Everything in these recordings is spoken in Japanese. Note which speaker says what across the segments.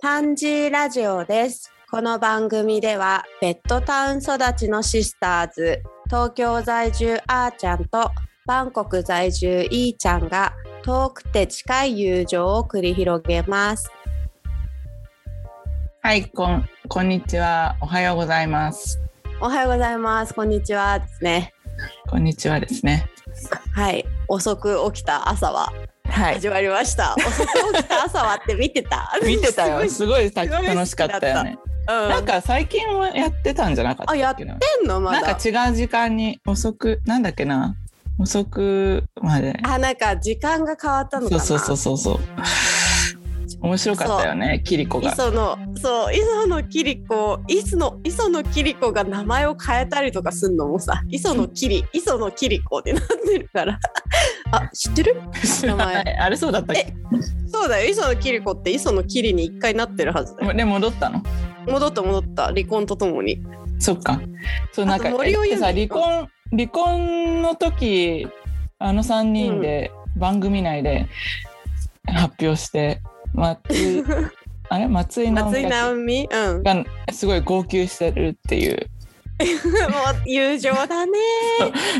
Speaker 1: パンジーラジオです。この番組ではベッドタウン育ちのシスターズ、東京在住あーちゃんとバンコク在住いーちゃんが遠くて近い友情を繰り広げます。
Speaker 2: はい、こん、こんにちは。おはようございます。
Speaker 1: おはようございます。こんにちはですね。
Speaker 2: こんにちはですね。
Speaker 1: はい、遅く起きた朝は
Speaker 2: は。
Speaker 1: 始まりました。遅く起きた朝はって見てた。
Speaker 2: 見てたよ。
Speaker 1: す
Speaker 2: すごいさっき楽しかったよね。
Speaker 1: ごいうん、
Speaker 2: なんか最近もやってたんじゃなかったっけ
Speaker 1: あやって
Speaker 2: な
Speaker 1: 変のまだ。
Speaker 2: なんか違う時間に遅く、なんだっけな。遅くまで。
Speaker 1: あなんか時間が変わったのか
Speaker 2: そう
Speaker 1: な。
Speaker 2: そうそうそうそう。面白かったよね、キリコが。
Speaker 1: 磯のそう磯野桐子磯野磯野桐子が名前を変えたりとかすんのもさ磯野桐磯野桐子ってなってるから あ知ってる
Speaker 2: 知らない あれそうだったっけ
Speaker 1: そうだよ磯野桐子って磯野桐に一回なってるはずだよ
Speaker 2: で、戻ったの
Speaker 1: 戻った戻った離婚とともに
Speaker 2: そっか。そうなんか
Speaker 1: あと森尾
Speaker 2: え
Speaker 1: 由美
Speaker 2: さ離婚離婚の時あの3人で番組内で発表して、松 井あれ松井直
Speaker 1: 松
Speaker 2: 美
Speaker 1: 井直美うん もう
Speaker 2: がすごい号泣してるっていう
Speaker 1: 友情だね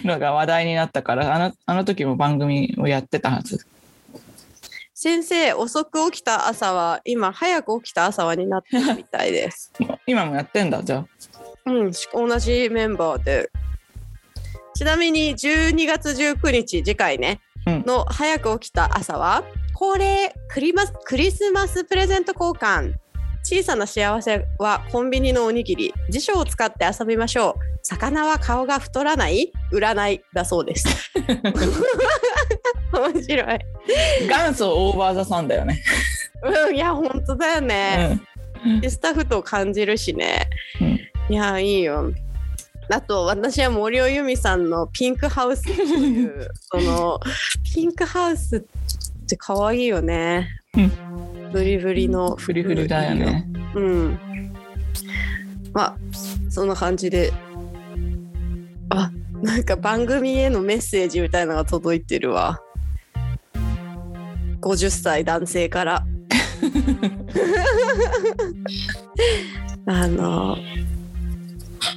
Speaker 2: のが話題になったからあのあの時も番組をやってたはず
Speaker 1: 先生遅く起きた朝は今早く起きた朝はになってるみたいです
Speaker 2: 今もやってんだじゃ
Speaker 1: うん、し同じメンバーで。ちなみに12月19日次回ね、
Speaker 2: うん
Speaker 1: の早く起きた朝は恒例クリマスクリスマスプレゼント交換小さな幸せはコンビニのおにぎり辞書を使って遊びましょう魚は顔が太らない占いだそうです 面白い、
Speaker 2: あ元祖オーバーザさんだよね、
Speaker 1: うん、いや本当だよね、でスタッフと感じるしね、
Speaker 2: うん
Speaker 1: いやいいよあと私は森尾由美さんのピンクハウスっていうそ のピンクハウスって可愛いよね、
Speaker 2: う
Speaker 1: ブリブリ
Speaker 2: う
Speaker 1: の
Speaker 2: んフリフリだよね
Speaker 1: うんまあそんな感じであなんか番組へのメッセージみたいなのが届いてるわ50歳男性から。あの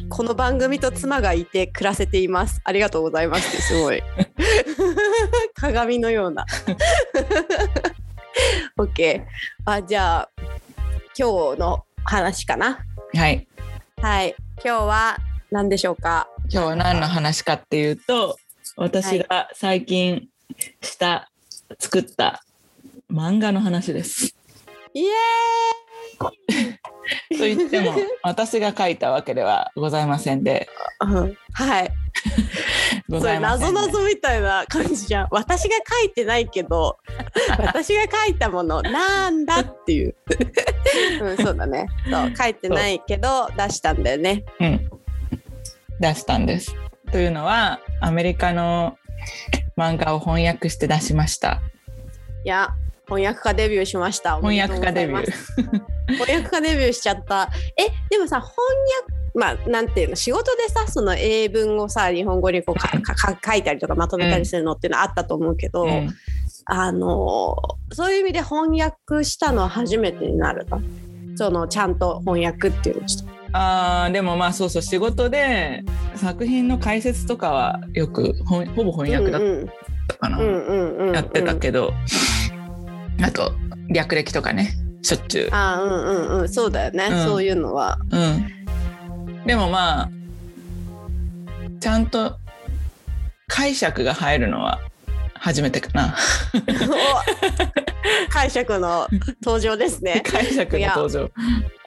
Speaker 1: この番組と妻がいて暮らせています。ありがとうございますって。すごい鏡のような。OK。あじゃあ今日の話かな。
Speaker 2: はい
Speaker 1: はい。今日は何でしょうか。
Speaker 2: 今日は何の話かっていうと私が最近した作った漫画の話です。
Speaker 1: イエ
Speaker 2: と言っ ても私が書いたわけではございませんで
Speaker 1: ーイ。はい。
Speaker 2: ご
Speaker 1: そ
Speaker 2: ざ
Speaker 1: れ
Speaker 2: いま
Speaker 1: 謎
Speaker 2: せんで
Speaker 1: 謎みたいな感じじゃん。私が書いてないけ ど、私が書いたものなんだって いう。うん、そうだね。そう書いてないけど出したんだよね。
Speaker 2: うん、出したんです。というのはアメリカの漫画を翻訳して出しました
Speaker 1: いや、翻訳家デビューしました。
Speaker 2: 翻訳家デビュ
Speaker 1: おめでと
Speaker 2: ー。
Speaker 1: うございます。翻訳家デビューしちゃった。え、でもさ、翻訳まあ、なんていうの仕事でさその英文をさ日本語にこうかかか書いたりとかまとめたりするのっていうのはあったと思うけど、
Speaker 2: うん
Speaker 1: あのそういう意味で翻訳したのは初めてになるの。そのちゃんと翻訳っていうのをちょっと
Speaker 2: あーでもまあそうそう仕事で作品の解説とかはよくほんほぼ翻訳だっ
Speaker 1: うん
Speaker 2: たかな。
Speaker 1: うんうんうんうん
Speaker 2: やってたけど、あと略歴とかねしょっちゅう、
Speaker 1: ああうんうんうんそうだよね、
Speaker 2: うん
Speaker 1: そういうの は
Speaker 2: うん、でもまあちゃんと解釈が入るのは初めてかな
Speaker 1: お解釈の登場ですね
Speaker 2: 解釈の登場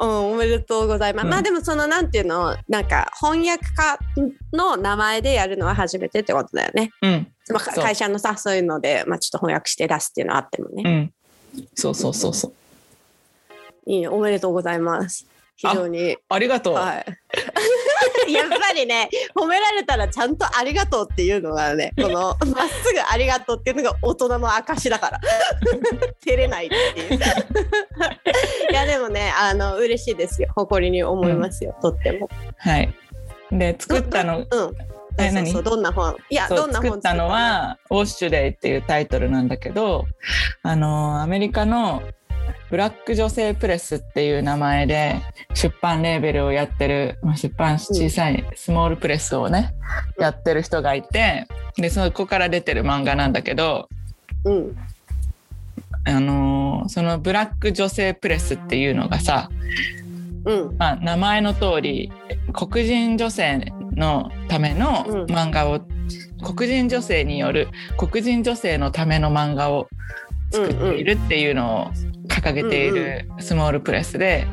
Speaker 1: うん、おめでとうございます。
Speaker 2: うん
Speaker 1: まあでもそのなんていうのなんか翻訳家の名前でやるのは初めてってことだよね。
Speaker 2: うん
Speaker 1: まあ、か
Speaker 2: そう
Speaker 1: 会社のさそういうので、まあ、ちょっと翻訳して出すっていうのはあっても
Speaker 2: う
Speaker 1: ね。
Speaker 2: んそうそうそうそう
Speaker 1: いいねおめでとうございます。非常に。
Speaker 2: ありがとう、
Speaker 1: はい、 やっぱりね褒められたらちゃんと「ありがとう」っていうのがねこのまっすぐ「ありがとう」っていうのが大人の証だから 照れないって いういやでもねあの嬉しいですよ誇りに思いますよ、とっても
Speaker 2: はいで作ったの
Speaker 1: うん
Speaker 2: え
Speaker 1: そうそうそう
Speaker 2: 何
Speaker 1: どんな本いや
Speaker 2: そ
Speaker 1: ど
Speaker 2: うん
Speaker 1: な本
Speaker 2: 作ったのは「ウォッシュレイ」っていうタイトルなんだけどあのアメリカのブラック女性プレスっていう名前で出版レーベルをやってるまあ出版小さいスモールプレスをね、やってる人がいてでそこから出てる漫画なんだけど、
Speaker 1: うん
Speaker 2: あのーそのブラック女性プレスっていうのがさ、
Speaker 1: うん
Speaker 2: まあ、名前の通り黒人女性のための
Speaker 1: うん
Speaker 2: 漫画を、黒人女性による黒人女性のための漫画を作っているっていうのを掲げているスモールプレスで、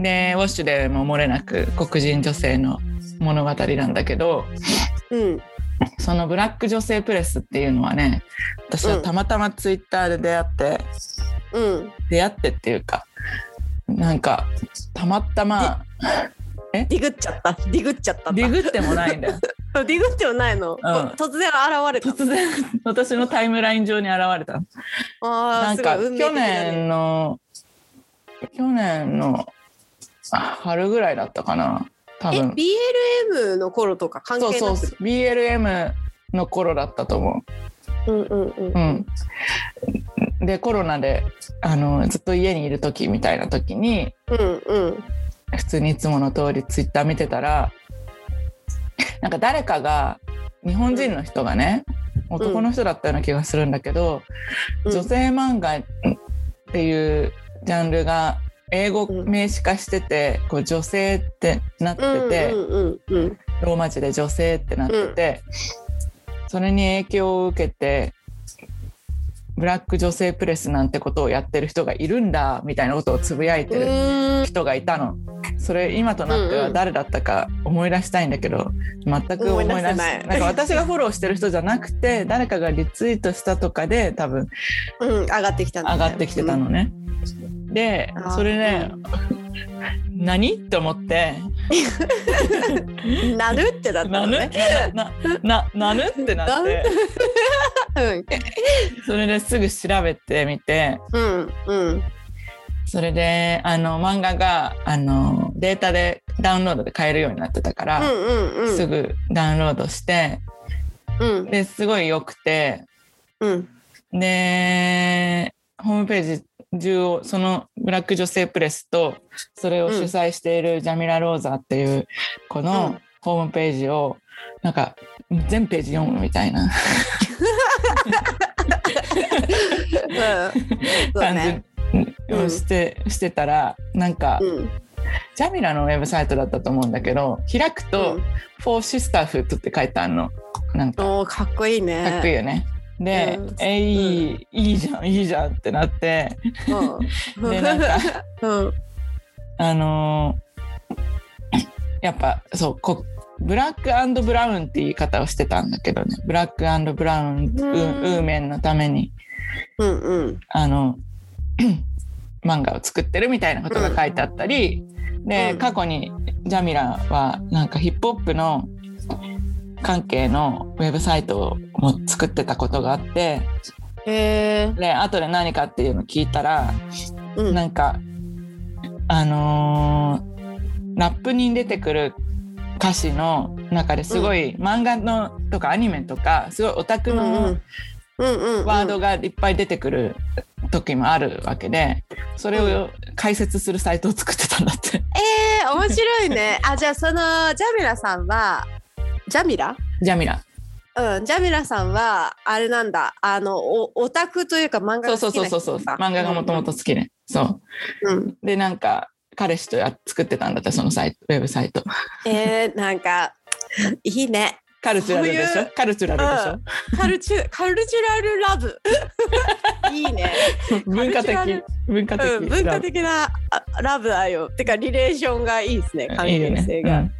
Speaker 2: でウォッシュでも漏れなく黒人女性の物語なんだけど
Speaker 1: うん
Speaker 2: そのブラック女性プレスっていうのはね私はたまたまツイッターで出会って。
Speaker 1: うん
Speaker 2: 出会ってっていうかなんかたまたま
Speaker 1: ディグっちゃったディグっちゃった
Speaker 2: ディグってもない んだよ
Speaker 1: ディグってはないの、
Speaker 2: うん
Speaker 1: 突然現れた
Speaker 2: 突然私のタイムライン上に現れた
Speaker 1: あ
Speaker 2: な
Speaker 1: あ
Speaker 2: ん
Speaker 1: す
Speaker 2: か
Speaker 1: ごい運命的
Speaker 2: 去
Speaker 1: だね
Speaker 2: 年の去年のあ春ぐらいだったかな多
Speaker 1: え
Speaker 2: 分
Speaker 1: BLM の頃とか関係
Speaker 2: そ
Speaker 1: な
Speaker 2: う
Speaker 1: く
Speaker 2: そう BLM の頃だったと思
Speaker 1: うんうんうん
Speaker 2: ううんでコロナであのずっと家にいる時みたいな時に
Speaker 1: うんうん
Speaker 2: 普通にいつもの通りツイッター見てたらなんか誰かが日本人の人がね男の人だったような気がするんだけど、
Speaker 1: うん
Speaker 2: 女性漫画っていうジャンルが英語名詞化してて、こう女性ってなってて、
Speaker 1: うんうんうん
Speaker 2: ローマ字で女性ってなってて、それに影響を受けてブラック女性プレスなんてことをやってる人がいるんだみたいなことをつぶやいてる
Speaker 1: うん
Speaker 2: 人がいたのそれ今となっては誰だったか思い出したいんだけど、全く思い出
Speaker 1: 思い出せ
Speaker 2: せな
Speaker 1: ないい
Speaker 2: なんか私がフォローしてる人じゃなくて誰かがリツイートしたとかで多分
Speaker 1: うん上がってきたんだ
Speaker 2: 上
Speaker 1: ね
Speaker 2: がってきてたのね。で
Speaker 1: あー
Speaker 2: それね何って思って
Speaker 1: うんなるってだ
Speaker 2: 「
Speaker 1: った
Speaker 2: な
Speaker 1: の
Speaker 2: ぬ?
Speaker 1: ね」
Speaker 2: なななぬってなって
Speaker 1: うん
Speaker 2: それですぐ調べてみて
Speaker 1: うんうん
Speaker 2: それであの漫画があのデータでダウンロードで買えるようになってたから、
Speaker 1: うんうんうん
Speaker 2: すぐダウンロードして
Speaker 1: うん
Speaker 2: ですごい良くて
Speaker 1: うん
Speaker 2: でホームページ中をそのブラック女性プレスとそれを主催しているジャミラ・ローザっていう子
Speaker 1: う
Speaker 2: の
Speaker 1: ん
Speaker 2: ホームページをなんか全ページ読むみたいな
Speaker 1: うんそう
Speaker 2: 感
Speaker 1: ね
Speaker 2: じをして,、してたらなんか、
Speaker 1: うん
Speaker 2: ジャミラのウェブサイトだったと思うんだけど開くと
Speaker 1: うん
Speaker 2: 「フォーシスターフット」って書いてあるのなんか
Speaker 1: おーかっこいいね
Speaker 2: かっこいいよね。で、
Speaker 1: うん
Speaker 2: えいい、いいじゃんいいじゃんってなって
Speaker 1: うん
Speaker 2: でなんか
Speaker 1: うん
Speaker 2: あのーやっぱそうこブラックブラウンって言い方をしてたんだけどねブラックブラウンウ
Speaker 1: うん
Speaker 2: ーウーメンのために
Speaker 1: うんうん
Speaker 2: あの漫画を作ってるみたいなことが書いてあったり、で、
Speaker 1: うん
Speaker 2: 過去にジャミラはなんかヒップホップの関係のウェブサイトも作ってたことがあって
Speaker 1: へえ
Speaker 2: で後で何かっていうの聞いたら
Speaker 1: うん
Speaker 2: なんかあのーラップに出てくる歌詞の中ですごい、漫画のとかアニメとかすごいオタクの
Speaker 1: うんうんうん
Speaker 2: ワードがいっぱい出てくる時もあるわけでそれを解説するサイトを作ってたんだって。
Speaker 1: えー、面白いね。あじゃあそのジャミラさんはジャミラ
Speaker 2: ジャミラ
Speaker 1: うん、ジャミラさんはあれなんだあのおオタクというか漫画
Speaker 2: そ
Speaker 1: が好
Speaker 2: うそう
Speaker 1: き
Speaker 2: そう
Speaker 1: な
Speaker 2: そ
Speaker 1: 人
Speaker 2: うそう
Speaker 1: さ
Speaker 2: 漫画がもともと好きで、そ
Speaker 1: うんうん
Speaker 2: うでなんか彼氏とや作ってたんだってそのサイトウェブサイト
Speaker 1: えー、なんかいいね
Speaker 2: カルチュラルでし
Speaker 1: そ
Speaker 2: ょ
Speaker 1: うい
Speaker 2: カルチュラルでしょ、
Speaker 1: うカルチュカルチュラルラブ いいね、
Speaker 2: 文化的
Speaker 1: カルチュラル
Speaker 2: 文化的、
Speaker 1: うん、文化的なあラブだよてかリレーションがいいですね関
Speaker 2: いいよ
Speaker 1: 係
Speaker 2: ね
Speaker 1: 性がい,、
Speaker 2: うん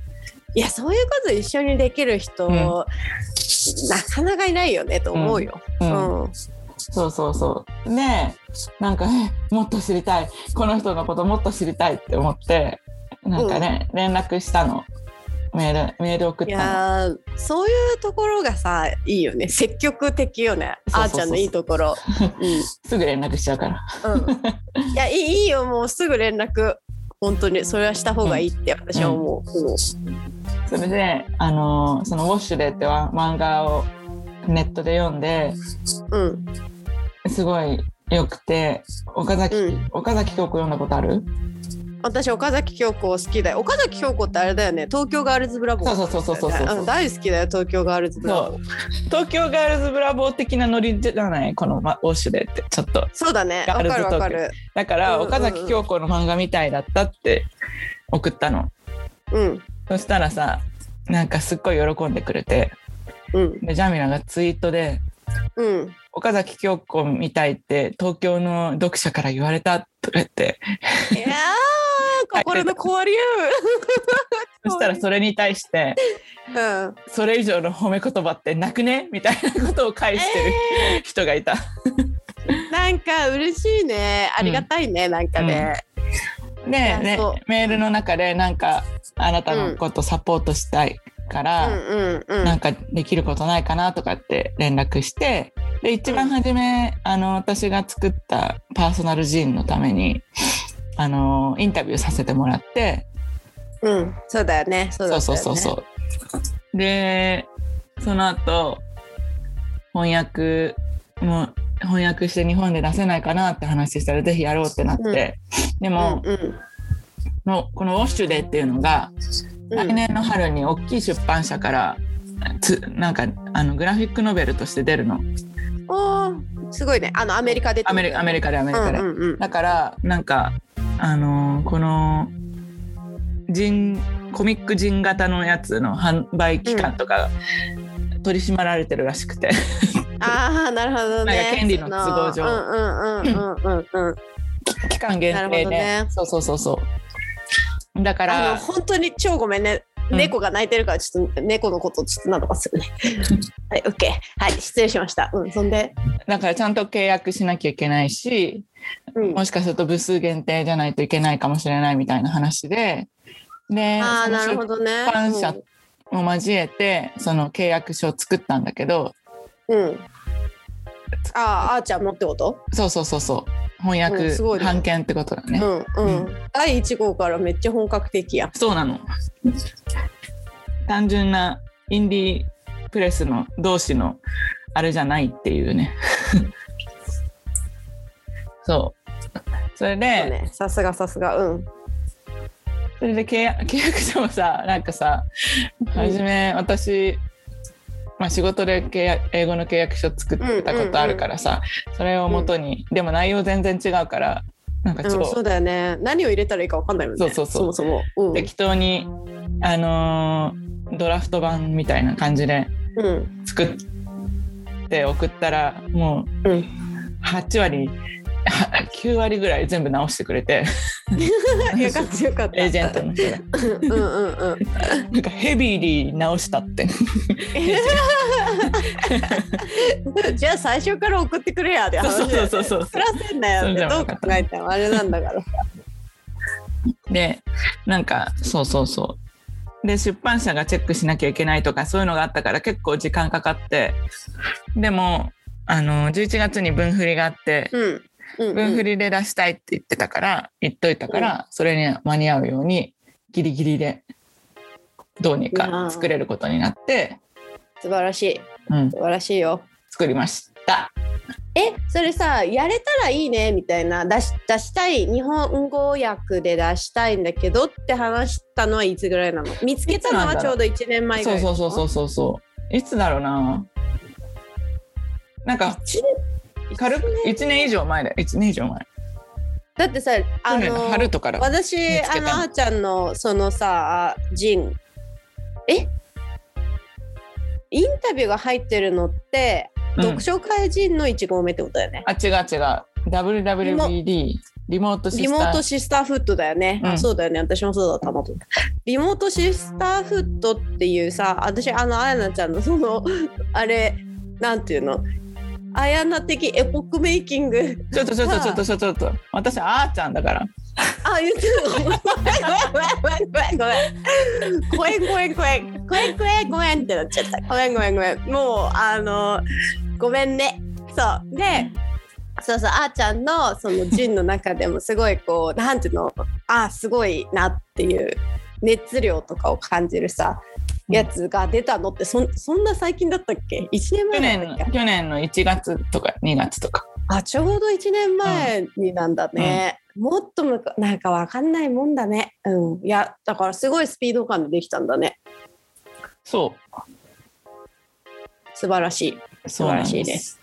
Speaker 1: やそういうこと一緒にできる人、
Speaker 2: うん
Speaker 1: なかなかいないよねと思うよ、
Speaker 2: う
Speaker 1: うんん
Speaker 2: そうそうそう。ねえ、なんかね、もっと知りたい。この人のこともっと知りたいって思って、なんかね、連絡したの。メール、メール送っ
Speaker 1: い
Speaker 2: たの。
Speaker 1: やーそういうところがさいいよね積極的よね
Speaker 2: そう
Speaker 1: あ
Speaker 2: そう
Speaker 1: ーち
Speaker 2: そうそう
Speaker 1: ゃんのいいとこ ろ、
Speaker 2: すぐ連絡しちゃうから。
Speaker 1: うんうん、いやいいいいよもうすぐ連絡本当にそれはした方がいいって私は思う、
Speaker 2: それで、あのーそのウォッシュレっては漫画をネットで読んで、
Speaker 1: うんうん
Speaker 2: すごいよくて岡崎、
Speaker 1: うん
Speaker 2: 岡崎京子読んだことある
Speaker 1: 私岡崎京子好きだよ岡崎京子ってあれだよね東京ガールズブラボー
Speaker 2: そうそうそうそうそうそう
Speaker 1: うん大好きだよ東京ガールズブラボー
Speaker 2: そう東京ガールズブラボー的なノリじゃないこの、ま、ウォッシュでってちょっと
Speaker 1: そうだね
Speaker 2: ガ
Speaker 1: わ
Speaker 2: ールズ
Speaker 1: か
Speaker 2: ト
Speaker 1: る
Speaker 2: ーク
Speaker 1: わかる
Speaker 2: だから、
Speaker 1: うんうんうん
Speaker 2: 岡崎京子の漫画みたいだったって送ったの
Speaker 1: うん
Speaker 2: そしたらさなんかすっごい喜んでくれて
Speaker 1: うん
Speaker 2: でジャミラがツイートで
Speaker 1: うん
Speaker 2: 「岡崎京子みたいって東京の読者から言われた」とか言って
Speaker 1: いやー心の交流
Speaker 2: そしたらそれに対して
Speaker 1: うん
Speaker 2: 「それ以上の褒め言葉ってなくね?」みたいなことを返してる人がいた。
Speaker 1: なんか嬉しいねありがたいね、なんかね、
Speaker 2: で、
Speaker 1: や
Speaker 2: ね
Speaker 1: そう
Speaker 2: メールの中でなんかあなたのことサポートしたいか
Speaker 1: う
Speaker 2: ら。
Speaker 1: ん、うんうん
Speaker 2: なんかできることないかなとかって連絡してで一番初め、あの私が作ったパーソナルジーンのためにあのインタビューさせてもらって
Speaker 1: うんそうだよねそうだ
Speaker 2: そ
Speaker 1: よ
Speaker 2: う
Speaker 1: ね
Speaker 2: そうそうそうでその後翻訳も翻訳して日本で出せないかなって話したらぜひやろうってなって、でも、
Speaker 1: うんうん
Speaker 2: のこの「ウォッシュデー」っていうのが
Speaker 1: うん
Speaker 2: 来年の春に大きい出版社からつなんかあのグラフィックノベルとして出るの。
Speaker 1: おーすごいねあのアメリカでって
Speaker 2: ア
Speaker 1: こと
Speaker 2: メリカアメリカでアメリカで、
Speaker 1: うんうんうん
Speaker 2: だからなんかあのーこの人コミック人型のやつの販売期間とか、取り締まられてるらしくて
Speaker 1: ああなるほどね
Speaker 2: なんか権利の都合上
Speaker 1: そのうんうんうんうんうんうん
Speaker 2: 期間限
Speaker 1: なる
Speaker 2: 定
Speaker 1: ほど
Speaker 2: で、
Speaker 1: ね
Speaker 2: そうそうそうそうだか
Speaker 1: あの
Speaker 2: ら
Speaker 1: 本当に超ごめんね
Speaker 2: うん
Speaker 1: 猫が泣いてるからちょっと猫のことちょっとなんとかするねはいオッケーはい失礼しましたうんそんで
Speaker 2: だからちゃんと契約しなきゃいけないし
Speaker 1: うん
Speaker 2: もしかすると部数限定じゃないといけないかもしれないみたいな話でで
Speaker 1: ああ
Speaker 2: その
Speaker 1: なるほどね
Speaker 2: 出版社を交えてその契約書を作ったんだけど
Speaker 1: うん、うんあああーちゃんもってこと
Speaker 2: そうそうそうそう翻訳、
Speaker 1: うんすごいね
Speaker 2: 版権ってことだね、
Speaker 1: うんうん、第1号からめっちゃ本格的やん
Speaker 2: そうなの単純なインディープレスの同士のあれじゃないっていうね そうそ
Speaker 1: そ
Speaker 2: れで
Speaker 1: うねさすがさすがうん
Speaker 2: それで契約契約書もさなんかさ初め私、まあ、仕事で契約英語の契約書作ってたことあるからさ、それを元に、でも内容全然違うからなんか
Speaker 1: うん
Speaker 2: 超、
Speaker 1: そうだよね何を入れたらいいかわかんないもんね
Speaker 2: そうそうそう
Speaker 1: そもそもうん
Speaker 2: 適当に、あのードラフト版みたいな感じで
Speaker 1: うん
Speaker 2: 作って送ったらもう
Speaker 1: うん
Speaker 2: 8割は9割ぐらい全部直してくれ
Speaker 1: よ
Speaker 2: て
Speaker 1: かったよかった
Speaker 2: エージェントの人が
Speaker 1: うんうんうん
Speaker 2: なんかヘビーリー直したって
Speaker 1: じゃあ最初から送ってくれやで
Speaker 2: そうそうそうそう
Speaker 1: らせんなよってどう考えてもあれなんだから
Speaker 2: でなんかそうそうそうで出版社がチェックしなきゃいけないとかそういうのがあったから結構時間かかってでもあの11月に分振りがあって
Speaker 1: うんうん
Speaker 2: 分振りで出したいって言ってたから言っといたからそれに間に合うようにギリギリでどうにか作れることになって、
Speaker 1: 素晴らしい
Speaker 2: うん、
Speaker 1: 素晴らしいよ
Speaker 2: 作りました。
Speaker 1: えそれさやれたらいいねみたいな出し出したい日本語訳で出したいんだけどって話したのはいつぐらいなの見つけたのはちょうど1年前ぐ
Speaker 2: そ
Speaker 1: ら
Speaker 2: う
Speaker 1: い
Speaker 2: そうそうそううそうそういつだろうななんか軽く1年以上前だよ1年以上前
Speaker 1: だってさあ
Speaker 2: 去年の
Speaker 1: の
Speaker 2: 春とかだ
Speaker 1: 私
Speaker 2: 見つ
Speaker 1: あ
Speaker 2: けた
Speaker 1: の
Speaker 2: の
Speaker 1: あーちゃんのそのさジンえインタビューが入ってるのって、
Speaker 2: うん
Speaker 1: 読書会ジンの1号目ってことだよね
Speaker 2: あ違う違う WWBD リモートシ
Speaker 1: リ
Speaker 2: ス
Speaker 1: モ
Speaker 2: タ
Speaker 1: ー
Speaker 2: ー
Speaker 1: トシスターフットだよね、
Speaker 2: うん
Speaker 1: あそうだよね私もそうだったなと思ったリモートシスターフットっていうさ私あのあやなちゃんのそのあれなんていうのあやな的エポックメイキング
Speaker 2: ちょっとちょっとちょっとちょっとちょっと私あーちゃんだから
Speaker 1: あ、言ってる。ごめん、ごめん、ごめん、ごめん、ごめん、ごめん、ごめん、ごめん、ごめん、ごめんってなっちゃった。ごめん、ごめん、ごめん、もう、あの、ごめんね。そう、で。そうそうあーちゃんのその陣の中でもすごいこうなんていうのあーすごいなっていう熱量とかを感じるさ
Speaker 2: うん
Speaker 1: やつが出たのってそんそんな最近だったっけ1年前
Speaker 2: 去年
Speaker 1: だった
Speaker 2: の
Speaker 1: っけ
Speaker 2: 去年の1月とか2月とか
Speaker 1: あちょうど1年前になんだね、もっとむかなんかわかんないもんだねうんいやだからすごいスピード感でできたんだね
Speaker 2: そ
Speaker 1: 素晴らしいう素
Speaker 2: そう
Speaker 1: 晴
Speaker 2: な
Speaker 1: ら
Speaker 2: ん
Speaker 1: しいで
Speaker 2: です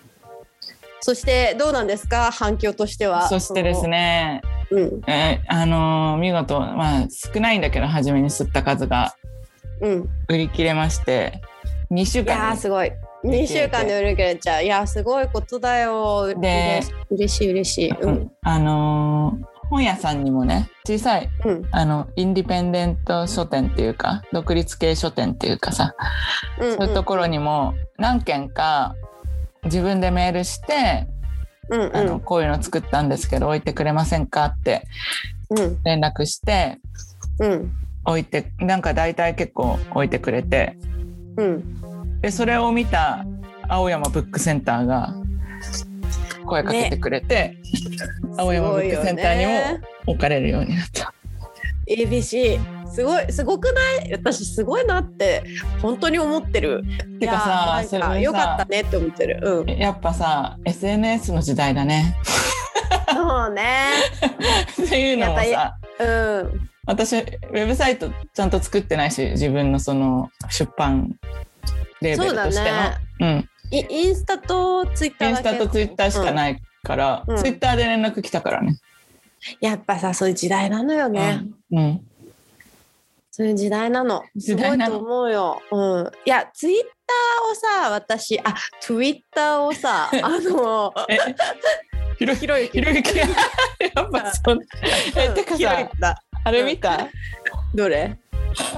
Speaker 1: そしてどうなんですか反響としては
Speaker 2: そしてですね、
Speaker 1: そのうん
Speaker 2: えーあのー見事、まあ、少ないんだけど初めに吸った数が
Speaker 1: うん
Speaker 2: 売り切れまして2週
Speaker 1: いや
Speaker 2: 間
Speaker 1: ー
Speaker 2: に
Speaker 1: すごい2週間で売り切れちゃういやーすごいことだよう
Speaker 2: で
Speaker 1: 嬉しい嬉しい嬉しいうん
Speaker 2: あのー本屋さんにもね小さい
Speaker 1: うん
Speaker 2: あのインディペンデント書店っていうか独立系書店っていうかさ
Speaker 1: うん
Speaker 2: そういうところにも何件か自分でメールして、
Speaker 1: うんう
Speaker 2: あの
Speaker 1: ん
Speaker 2: こういうの作ったんですけど置いてくれませんかって
Speaker 1: うん
Speaker 2: 連絡して
Speaker 1: うん
Speaker 2: 置いてなんか大体結構置いてくれて
Speaker 1: うん
Speaker 2: でそれを見た青山ブックセンターが声かけてくれて、青山ブックセンターにも置かれるようになった。
Speaker 1: ABC すごいすごくない私すごいなって本当に思ってる
Speaker 2: てかさ
Speaker 1: いやー
Speaker 2: それ
Speaker 1: な
Speaker 2: も
Speaker 1: ん
Speaker 2: さ
Speaker 1: かよかったねって思ってるうん
Speaker 2: やっぱさ SNS の時代だね
Speaker 1: そうね
Speaker 2: っていうのも
Speaker 1: や
Speaker 2: さ
Speaker 1: うん
Speaker 2: 私ウェブサイトちゃんと作ってないし自分のその出版レーベ
Speaker 1: そ
Speaker 2: ル
Speaker 1: うだ
Speaker 2: としての
Speaker 1: ね
Speaker 2: う、
Speaker 1: イインスタとツイッタ
Speaker 2: ん、
Speaker 1: ー
Speaker 2: イン
Speaker 1: だ
Speaker 2: ス
Speaker 1: け
Speaker 2: タとツイッターしかないから、
Speaker 1: うん
Speaker 2: ツイッターで連絡来たからね。
Speaker 1: やっぱさそういう時代なのよね、
Speaker 2: うん、うん
Speaker 1: そういう時代なの。す
Speaker 2: 時
Speaker 1: ご
Speaker 2: 代
Speaker 1: い
Speaker 2: な
Speaker 1: と
Speaker 2: の
Speaker 1: 思うよ。うん。いや、ツイッターをさ、私、あ、ツイッターを さ、あの、
Speaker 2: え ひろひろゆきひろゆきが やっぱそうえてか
Speaker 1: ひろ
Speaker 2: さ
Speaker 1: ゆきだ
Speaker 2: あれ見た
Speaker 1: どれ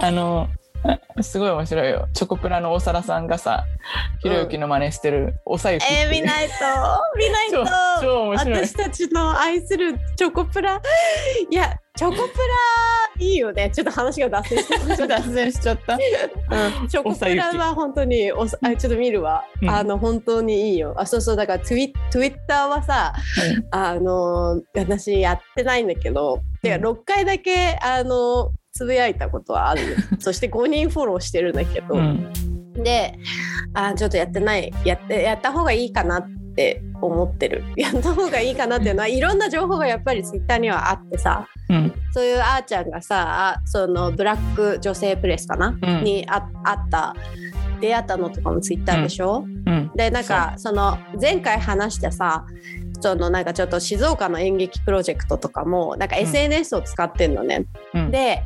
Speaker 2: あのあすごい面白いよチョコプラの大皿さんがさひろゆきの真似してるおさゆきってい
Speaker 1: え
Speaker 2: う
Speaker 1: ー、見ないと、 見ないと
Speaker 2: 超。超面白い
Speaker 1: 私たちの愛するチョコプラ。いや、チョコプラ、いいよね。ちょっと話が脱線してま
Speaker 2: ちょっと脱線しちゃった
Speaker 1: うんチョコプラは本当におさあちょっと見るわ、
Speaker 2: うん
Speaker 1: あの本当にいいよあそうそうだからツイツイッターはさ、
Speaker 2: うん
Speaker 1: あの私やってないんだけど、て
Speaker 2: うん
Speaker 1: か6回だけあのつぶやいたことはあ るよそして5人フォローしてるんだけど、
Speaker 2: うん
Speaker 1: であちょっとやってないやってやった方がいいかなって思ってる やった方がいいかなっていうのはいろんな情報がやっぱりツイッターにはあってさ
Speaker 2: うん
Speaker 1: そういうあーちゃんがさあそのブラック女性プレスかな、
Speaker 2: うん
Speaker 1: にああった出会ったのとかもツイッターでしょ、
Speaker 2: うん
Speaker 1: でなんかその前回話したさそのなんかちょっと静岡の演劇プロジェクトとかもなんか
Speaker 2: うん
Speaker 1: SNS を使ってんのね。
Speaker 2: うん
Speaker 1: で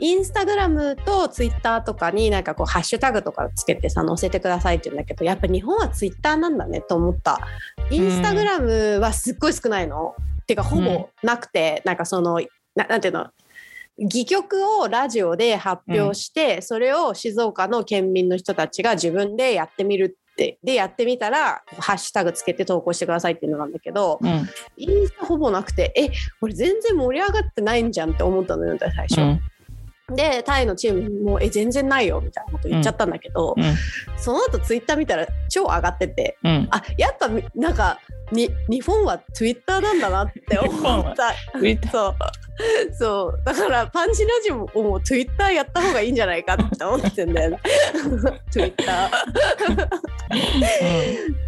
Speaker 1: インスタグラムとツイッターとかになんかこうハッシュタグとかつけてさ載せてくださいって言うんだけどやっぱ日本はツイッターなんだねと思ったインスタグラムはすっごい少ないの、てかほぼなくて、なんかそのななんていうの戯曲をラジオで発表して、それを静岡の県民の人たちが自分でやってみるってでやってみたらハッシュタグつけて投稿してくださいっていうのなんだけど
Speaker 2: うん
Speaker 1: インスタほぼなくてえ俺全然盛り上がってないんじゃんって思ったのよ最初。
Speaker 2: うん
Speaker 1: でタイのチームにも「え全然ないよ」みたいなこと言っちゃったんだけど、
Speaker 2: うん
Speaker 1: その後ツイッター見たら超上がってて
Speaker 2: うん
Speaker 1: あやっぱなんかに日本はツイッターなんだなって思った。
Speaker 2: ツイッター
Speaker 1: そうそうだからパンチラジオもツイッターやった方がいいんじゃないかって思ってんだよね ツイッター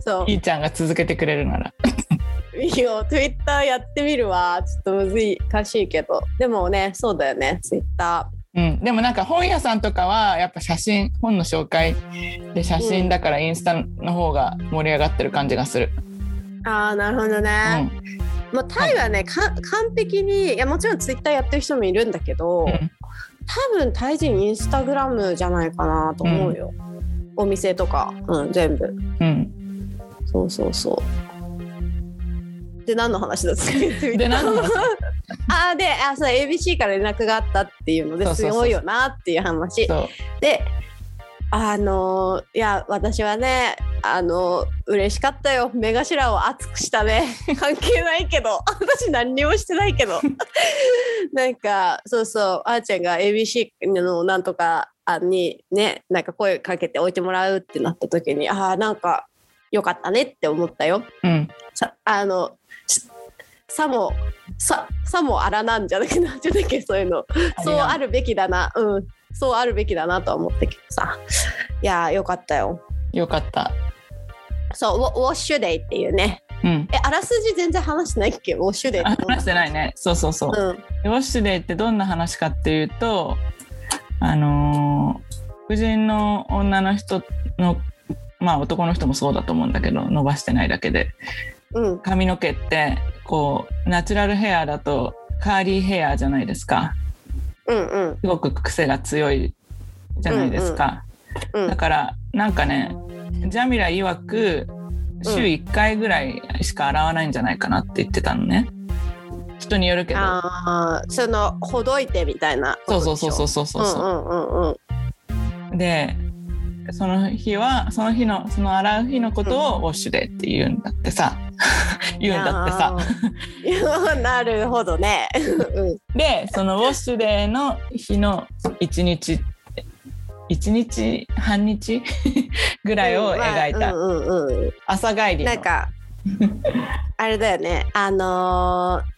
Speaker 1: そう
Speaker 2: うんいいちゃんが続けてくれるなら
Speaker 1: いいよツイッターやってみるわちょっとむずいかしいけどでもねそうだよねツイッタ
Speaker 2: うん、でもなんか本屋さんとかはやっぱ写真本の紹介で写真だからインスタの方が盛り上がってる感じがする。
Speaker 1: ーあーなるほど
Speaker 2: う
Speaker 1: ね、
Speaker 2: ん
Speaker 1: もうタイはねか完璧にいやもちろんツイッターやってる人もいるんだけど、
Speaker 2: うん
Speaker 1: 多分タイ人インスタグラムじゃないかなと思うよ、お店とか、うん、全部
Speaker 2: うん、
Speaker 1: そうそうそう。で何の話だったっけ
Speaker 2: で何の
Speaker 1: あーであそう ABC から連絡があったっていうので
Speaker 2: そうそう
Speaker 1: す
Speaker 2: そう
Speaker 1: ごいよなっていう話
Speaker 2: そう
Speaker 1: であのーいや私はねあのー嬉しかったよ目頭を熱くしたね 関係ないけど私何にもしてないけど なんかそうそうあーちゃんが ABC のなんとかあにねなんか声かけて置いてもらうってなった時にああなんかよかったねって思ったよ。
Speaker 2: うん、
Speaker 1: さあのしさもささもあらなんじゃなくてなんていうんだっけそういうのそうあ
Speaker 2: る
Speaker 1: るべきだなうんそうあるべきだなとは思ったけどさいやーよかったよ
Speaker 2: よかった。
Speaker 1: そうウォウォッシュデイっていうね
Speaker 2: うん、
Speaker 1: えあらすじ全然話してないっけウォッシュデーってどん
Speaker 2: 話してないねそうそうそう、
Speaker 1: うん
Speaker 2: ウォッシュデーってどんな話かっていうとあのー黒人の女の人のまあ男の人もそうだと思うんだけど伸ばしてないだけで
Speaker 1: うん
Speaker 2: 髪の毛ってこうナチュラルヘアだとカーリーヘアじゃないですか
Speaker 1: うんうん
Speaker 2: すごく癖が強いじゃないですか、
Speaker 1: うん
Speaker 2: だからなんかねジャミラ曰く週1回ぐらいしか洗わないんじゃないかなって言ってたのね人によるけど
Speaker 1: あーそのほどいてみたいな
Speaker 2: そうそうそうそう
Speaker 1: う
Speaker 2: そうそうそう
Speaker 1: うんうんうんうん
Speaker 2: でその日はその日のその洗う日のことをウォッシュデーって言うんだってさ言うんだってさ
Speaker 1: いやー なるほどね うん
Speaker 2: でそのウォッシュデーの日の1日1日半日 ぐらいを描いた、
Speaker 1: うんうんうん
Speaker 2: 朝帰りの
Speaker 1: なんかあれだよねあのー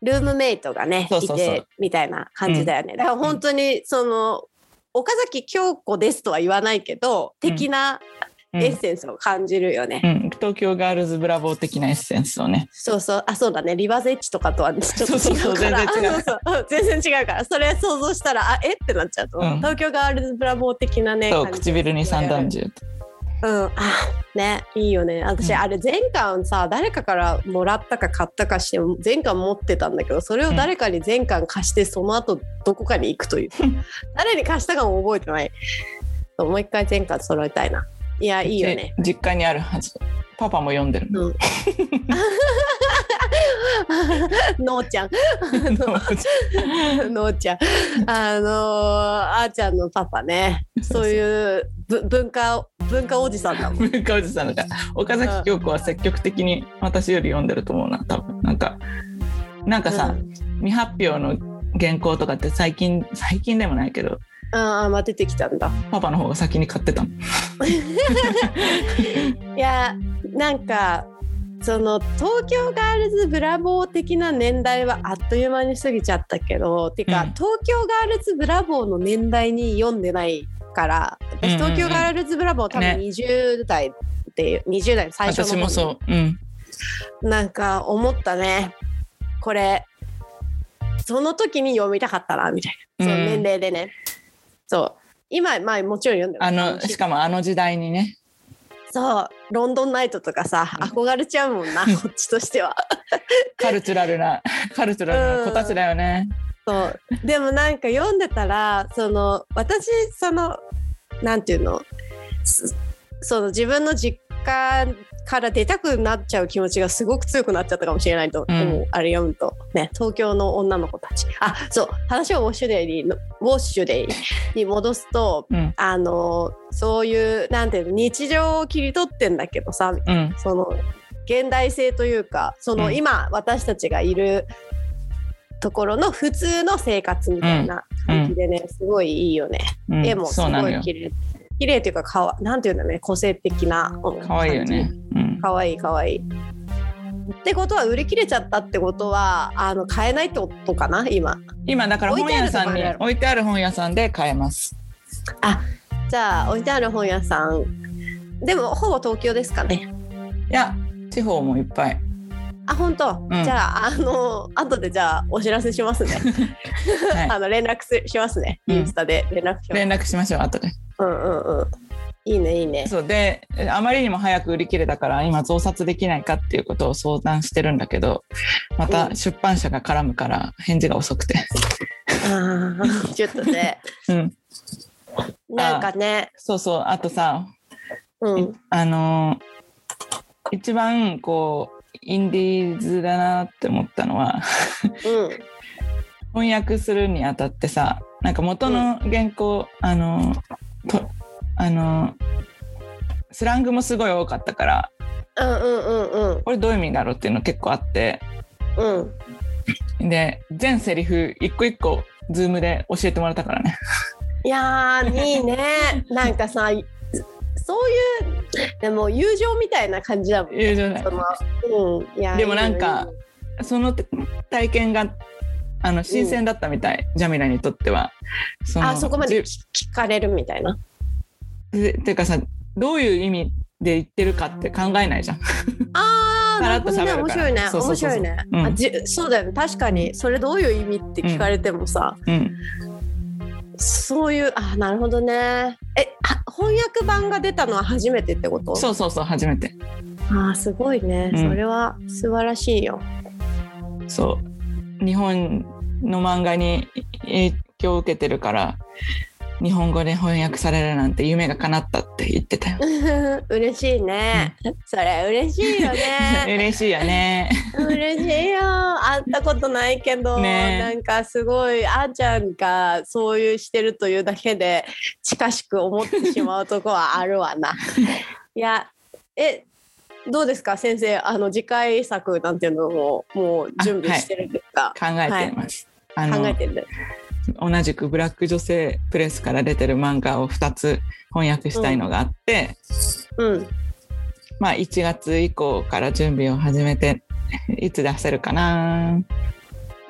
Speaker 1: ルームメイトがね
Speaker 2: そうそうそう
Speaker 1: いてみたいな感じだよね、だから本当にその岡崎京子ですとは言わないけど
Speaker 2: うん
Speaker 1: 的な
Speaker 2: うん
Speaker 1: エッセンスを感じるよね、
Speaker 2: うん東京ガールズブラボー的なエッセンスをね
Speaker 1: そうそうあそうだねリバーズエッジとかとはちょっと違うから
Speaker 2: そうそうそう全然違
Speaker 1: そうそう全
Speaker 2: う
Speaker 1: 然違うからそれ想像したらあえってなっちゃうと思う、
Speaker 2: うん
Speaker 1: 東京ガールズブラボー的なね
Speaker 2: そう
Speaker 1: 感じ
Speaker 2: 唇に三段銃
Speaker 1: うん、あねいいよね私、
Speaker 2: うん
Speaker 1: あれ前巻さ誰かからもらったか買ったかして前巻持ってたんだけどそれを誰かに前巻貸してその後どこかに行くという誰に貸したかも覚えてないそうもう一回前巻揃えたいないやいいよね
Speaker 2: で実家にあるはずパパも読んでるの
Speaker 1: のーちゃん
Speaker 2: う
Speaker 1: のーちゃんあのー、あーちゃんのパパねそういうぶ文化文化おじさんだもん
Speaker 2: 文化おじさんだから岡崎京子は積極的に私より読んでると思うな多分なんかなんかさ、
Speaker 1: うん
Speaker 2: 未発表の原稿とかって最近最近でもないけど
Speaker 1: ああまあ出てきたんだ
Speaker 2: パパの方が先に買ってたの
Speaker 1: いやなんかその東京ガールズブラボー的な年代はあっという間に過ぎちゃったけどてか、
Speaker 2: うん
Speaker 1: 東京ガールズブラボーの年代に読んでないから私
Speaker 2: うんうんうん
Speaker 1: 東京ガールズブラボー多分
Speaker 2: ね
Speaker 1: 20代で、20代の最初の
Speaker 2: 私も
Speaker 1: う
Speaker 2: そううん
Speaker 1: なんか思ったねこれその時に読みたかったなみたいな、その年齢でねそう今まあもちろん読んで
Speaker 2: あ
Speaker 1: ます
Speaker 2: のしかもあの時代にね
Speaker 1: そうロンドンナイトとかさ
Speaker 2: うん
Speaker 1: 憧れちゃうもんなこっちとしては
Speaker 2: カルチュラ ルなカルチュラルな子たちだよね、
Speaker 1: そうでもなんか読んでたらその私そのなんていうのすその自分の実家から出たくなっちゃう気持ちがすごく強くなっちゃったかもしれないと、
Speaker 2: うん
Speaker 1: 思うあれ読むとね東京の女の子たちあそう話をウォッシュデイにウォッシュデイに戻すと
Speaker 2: うん
Speaker 1: あのそういうなんていうの日常を切り取ってんだけどさ
Speaker 2: うん
Speaker 1: その現代性というかそうの
Speaker 2: ん
Speaker 1: 今私たちがいるところの普通の生活みたいな感じでね、すごいいいよね、
Speaker 2: うん
Speaker 1: 絵もす
Speaker 2: そうな
Speaker 1: ご
Speaker 2: の
Speaker 1: い
Speaker 2: よ
Speaker 1: 綺麗綺麗というかかわなんていうんだろうね個性的なうん
Speaker 2: 可愛いよね
Speaker 1: 感
Speaker 2: うん
Speaker 1: じかわいいかわいいってことは売り切れちゃったってことはあの買えないってことかな今
Speaker 2: 今だから本屋さん
Speaker 1: 置い
Speaker 2: に
Speaker 1: てあるとこある
Speaker 2: 置いてある本屋さんで買えます
Speaker 1: じゃあ置いてある本屋さんでもほぼ東京ですかね
Speaker 2: いや地方もいっぱい
Speaker 1: あ本当、
Speaker 2: ん
Speaker 1: じゃああの後でじゃあお知らせしますね
Speaker 2: はい
Speaker 1: あの連絡すしますね。
Speaker 2: うん
Speaker 1: インスタで連絡します。
Speaker 2: 連絡しましょう後で
Speaker 1: うんうんうん。いいねいいね。
Speaker 2: そうでえあまりにも早く売り切れたから今増刷できないかっていうことを相談してるんだけどま
Speaker 1: う
Speaker 2: た
Speaker 1: ん
Speaker 2: 出版社が絡むから返事が遅くて、
Speaker 1: あー ちょっと ね、
Speaker 2: うん、
Speaker 1: なんかね、
Speaker 2: そうそうあとさ
Speaker 1: うん
Speaker 2: あのー一番こうインディーズだなって思ったのは
Speaker 1: うん
Speaker 2: 翻訳するにあたってさなんか元の原稿、あのーとあのースラングもすごい多かったから
Speaker 1: うんうんうん
Speaker 2: これどういう意味だろうっていうの結構あって
Speaker 1: うんうん。
Speaker 2: で全セリフ一個一個ズームで教えてもらったか らね。
Speaker 1: いやーいい ね。なんかさ、そういうでも友情みたいな感じだもん。
Speaker 2: 友情だ
Speaker 1: そ
Speaker 2: よ
Speaker 1: のうんいやー
Speaker 2: でもなん
Speaker 1: いい
Speaker 2: か
Speaker 1: ね
Speaker 2: その体験があの新鮮だったみたい、ジャミラにとっては。その
Speaker 1: あそこまで
Speaker 2: じ
Speaker 1: 聞聞かれるみたゅみたいな。
Speaker 2: ゅててかさどういう意味で言ってるかって考えないじゃん。
Speaker 1: あー
Speaker 2: さら
Speaker 1: な
Speaker 2: っ
Speaker 1: る
Speaker 2: と
Speaker 1: ほどね
Speaker 2: 喋る
Speaker 1: 面
Speaker 2: から
Speaker 1: 白いね
Speaker 2: そうそう
Speaker 1: 面
Speaker 2: そう
Speaker 1: 白
Speaker 2: そう
Speaker 1: いね
Speaker 2: うん
Speaker 1: あじそうだよね確かにそれどういう意味って聞かれてもさ、
Speaker 2: うん、
Speaker 1: そういうあなるほどねえは翻訳版が出たのは初めてってこと
Speaker 2: そうそうそう初めて。
Speaker 1: あーすごいね、
Speaker 2: うん
Speaker 1: それは素晴らしいよ
Speaker 2: そう日本の漫画に影響を受けてるから日本語で翻訳されるなんて夢が叶ったって言ってたよ。
Speaker 1: 嬉しいね、それ嬉しいよ ね
Speaker 2: 嬉しいよね。
Speaker 1: 嬉しいよ会ったことないけど、
Speaker 2: ね
Speaker 1: なんかすごいあーちゃんがそういうしてるというだけで近しく思ってしまうとこはあるわ ないやえどうですか先生あの次回作なんていうのももう準備してるんですか、
Speaker 2: 考えています。あ
Speaker 1: 考え
Speaker 2: の
Speaker 1: てる
Speaker 2: 同じくブラック女性プレスから出てる漫画を2つ翻訳したいのがあって、
Speaker 1: うん
Speaker 2: まあ1月以降から準備を始めて いつ出せるかな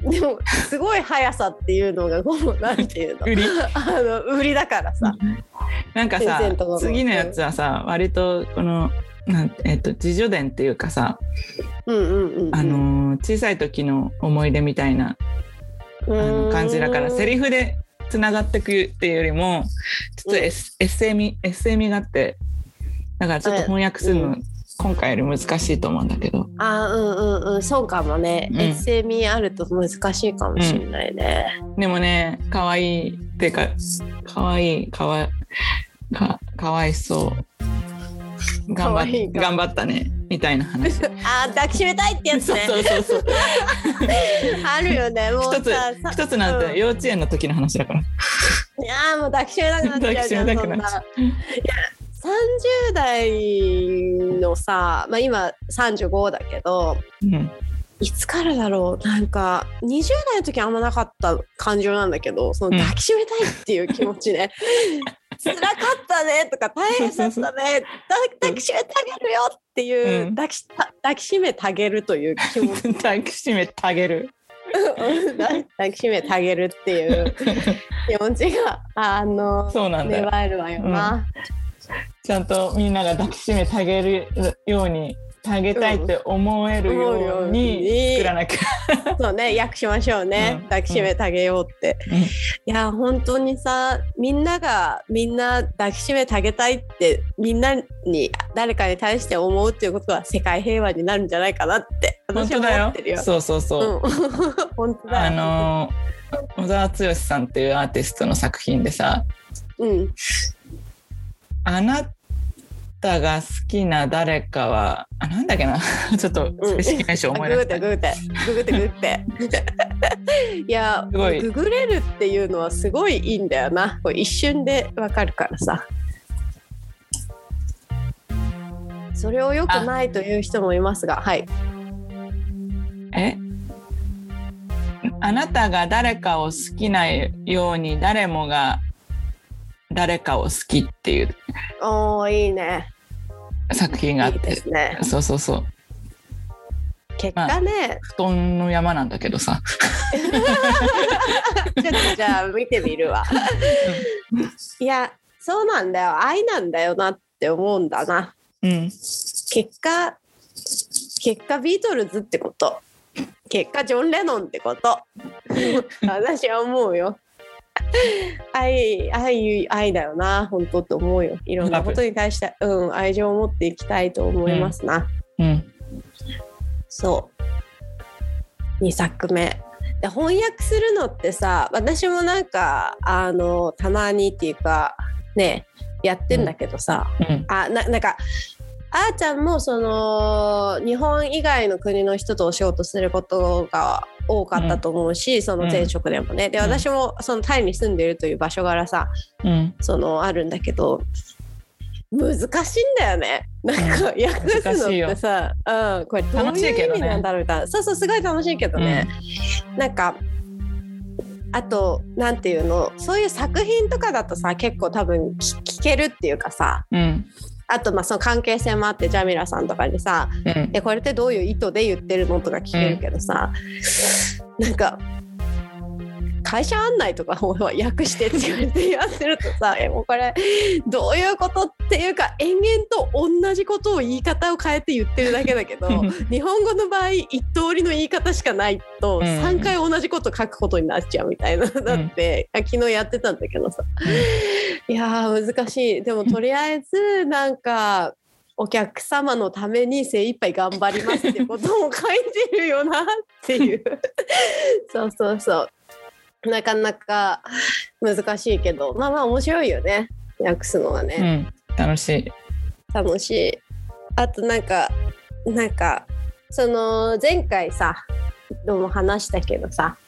Speaker 1: でもすごい速さっていうのがこ うなんていうの
Speaker 2: 売り
Speaker 1: あの売りだからさ。
Speaker 2: なんか
Speaker 1: プレ
Speaker 2: さ
Speaker 1: ゼントの
Speaker 2: 次のやつはさ割とこのなんえっと自叙伝っていうかさ、
Speaker 1: うんうんうんうん、
Speaker 2: あのー小さい時の思い出みたいな
Speaker 1: う
Speaker 2: あ
Speaker 1: ーん
Speaker 2: の感じだからセリフでつながってくっていうよりもちょっとエッ,、エッセイみエッセイみがあってだからちょっと翻訳する
Speaker 1: う
Speaker 2: の今回より難しいと思うんだけど、
Speaker 1: あうんうんうんそうかもね、
Speaker 2: うん
Speaker 1: エッセイ味あると難しいかもしれないね。
Speaker 2: でもね可愛いっていうか可愛いかわいかかわいそう
Speaker 1: 可
Speaker 2: 頑張っ
Speaker 1: 愛いか
Speaker 2: 頑張ったねみたいな話
Speaker 1: あー抱きしめたいってやつ
Speaker 2: そう
Speaker 1: ね
Speaker 2: そうそう そう
Speaker 1: あるよねもう
Speaker 2: 一つ
Speaker 1: ささ
Speaker 2: 一つなん
Speaker 1: うん
Speaker 2: て幼稚園の時の話だから
Speaker 1: いやーもう抱きしめたくなっちゃうじゃん
Speaker 2: 抱
Speaker 1: そ
Speaker 2: きしめたく
Speaker 1: ん
Speaker 2: なっ
Speaker 1: な
Speaker 2: ちゃ。
Speaker 1: いや30代のさ、まあ、今35だけど
Speaker 2: うん
Speaker 1: いつからだろうなんか20代の時あんまなかった感情なんだけどその
Speaker 2: うん
Speaker 1: 抱きしめたいっていう気持ち ね辛かったねとか大変だったねだ抱きしめてあげるよっていう、
Speaker 2: うん
Speaker 1: 抱きした抱きしめてあげるという気 持ち
Speaker 2: 抱きしめてあげる
Speaker 1: 抱きしめてあげるっていう気持ちがあの
Speaker 2: そうなんだ
Speaker 1: 芽
Speaker 2: よ
Speaker 1: 生えるわよな、
Speaker 2: ちゃんとみんなが抱きしめてあげるようにあげたいって思えるように作らなきゃ、
Speaker 1: そうね訳しましょうね、
Speaker 2: うん
Speaker 1: 抱きしめてあげようって、
Speaker 2: うん
Speaker 1: いや本当にさみんながみんな抱きしめてあげたいってみんなに誰かに対して思うっていうことは世界平和になるんじゃないかなって
Speaker 2: 本
Speaker 1: 私は
Speaker 2: 当だ
Speaker 1: 思
Speaker 2: よ
Speaker 1: ってるよ。
Speaker 2: そうそうそう、
Speaker 1: うん 本当だ
Speaker 2: あ
Speaker 1: よ
Speaker 2: のー小沢剛さんっていうアーティストの作品でさ
Speaker 1: うん
Speaker 2: 「あなたが好きな誰かはあなんだっけな ちょっと正式名称
Speaker 1: あ
Speaker 2: 思い
Speaker 1: グ
Speaker 2: 出
Speaker 1: グ
Speaker 2: し
Speaker 1: って
Speaker 2: た、
Speaker 1: ググってググってググってい や
Speaker 2: すごい
Speaker 1: ググれるっていうのはすごいいいんだよなこう一瞬でわかるからさそれをよくないという人もいますがはい
Speaker 2: えあなたが誰かを好きなように誰もが誰かを好きっていう
Speaker 1: おーいいね
Speaker 2: 作品があ
Speaker 1: い
Speaker 2: っ
Speaker 1: い
Speaker 2: て
Speaker 1: ですね
Speaker 2: そうそうそう
Speaker 1: 結果ね、
Speaker 2: 布団の山なんだけどさ
Speaker 1: ちょっとじゃあ見てみる わいやそうなんだよ愛なんだよなって思うんだな
Speaker 2: うん
Speaker 1: 結果結果ビートルズってこと結果ジョン・レノンってこと 私は思うよ愛愛愛だよな本当って思うよいろんなことに対して、うん、愛情を持っていきたいと思いますな、
Speaker 2: うん
Speaker 1: そう2作目で翻訳するのってさ私もなんかあのたまにっていうかねやってんだけどさ、
Speaker 2: うん
Speaker 1: あななんかあーちゃんもその日本以外の国の人とお仕事することが多かったと思うし、その前職でもね、で
Speaker 2: うん
Speaker 1: 私もそのタイに住んでいるという場所柄さ
Speaker 2: うん
Speaker 1: そのあるんだけど難しいんだよねなんか訳すのってさ、うん、これどう
Speaker 2: 楽しい
Speaker 1: いう
Speaker 2: け
Speaker 1: 意
Speaker 2: どね
Speaker 1: 味なんだろうみたいな、そうそうすごい楽しいけどね、なんかあとなんていうのそういう作品とかだとさ結構多分聞聞けるっていうかさ
Speaker 2: うん
Speaker 1: あとまあその関係性もあってジャミラさんとかにさ
Speaker 2: うん
Speaker 1: 「えこれってどういう意図で言ってるの?」とか聞けるけどさ、なんか会社案内とかほら訳してって言われてやってると さえもうこれどういうことっていうか延々と同じことを言い方を変えて言ってるだけだけど 日本語の場合一通りの言い方しかないと
Speaker 2: うん
Speaker 1: 3回同じこと書くことになっちゃうみたいなだってあ昨日やってたんだけどさいやー難しいでもとりあえずなんかお客様のために精一杯頑張りますってことも書いてるよなっていう そうそうそうなかなか難しいけどまあまあ面白いよね訳すのは
Speaker 2: う
Speaker 1: ね、
Speaker 2: ん、楽しい。
Speaker 1: 楽しいあとなんかなんかその前回さでも話したけどさ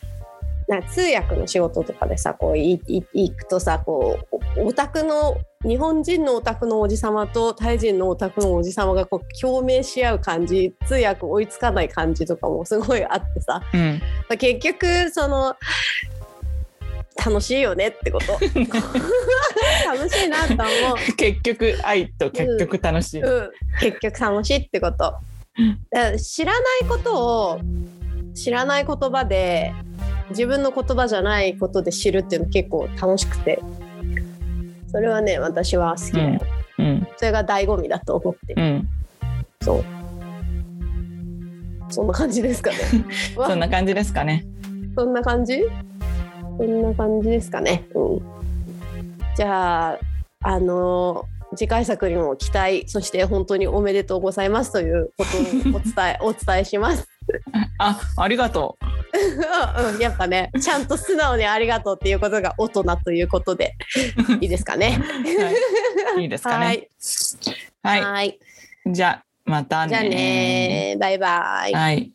Speaker 1: なんか通訳の仕事とかでさこういい行くとさこうおオタクの日本人のオタクのおじさまとタイ人のオタクのおじさまがこう共鳴し合う感じ通訳追いつかない感じとかもすごいあってさ、
Speaker 2: うん、
Speaker 1: まあ、結局その楽しいよねってこと楽しいなと思う。
Speaker 2: 結局愛と結局楽しい。
Speaker 1: うん、結局楽しいってことだから知らないことを知らない言葉で自分の言葉じゃないことで知るっていうの結構楽しくてそれはね私は好きだよ、
Speaker 2: うん、
Speaker 1: それが醍醐味だと思ってる、
Speaker 2: うん、
Speaker 1: そうそんな感じですかねわ
Speaker 2: そんな感じですかね。
Speaker 1: そんな感じそんな感じですかね。うん、じゃあ、あの次回作にも期待、そして本当におめでとうございますということをお伝 えお伝えします。
Speaker 2: あ、ありがと
Speaker 1: うん、やっぱね、ちゃんと素直にありがとうっていうことが大人ということで、いいですか ね。
Speaker 2: う。はい、いいですか
Speaker 1: は
Speaker 2: ね。
Speaker 1: い。
Speaker 2: はい、
Speaker 1: はい。
Speaker 2: じゃあ、またね。
Speaker 1: じゃあね、バイバイ。
Speaker 2: はい。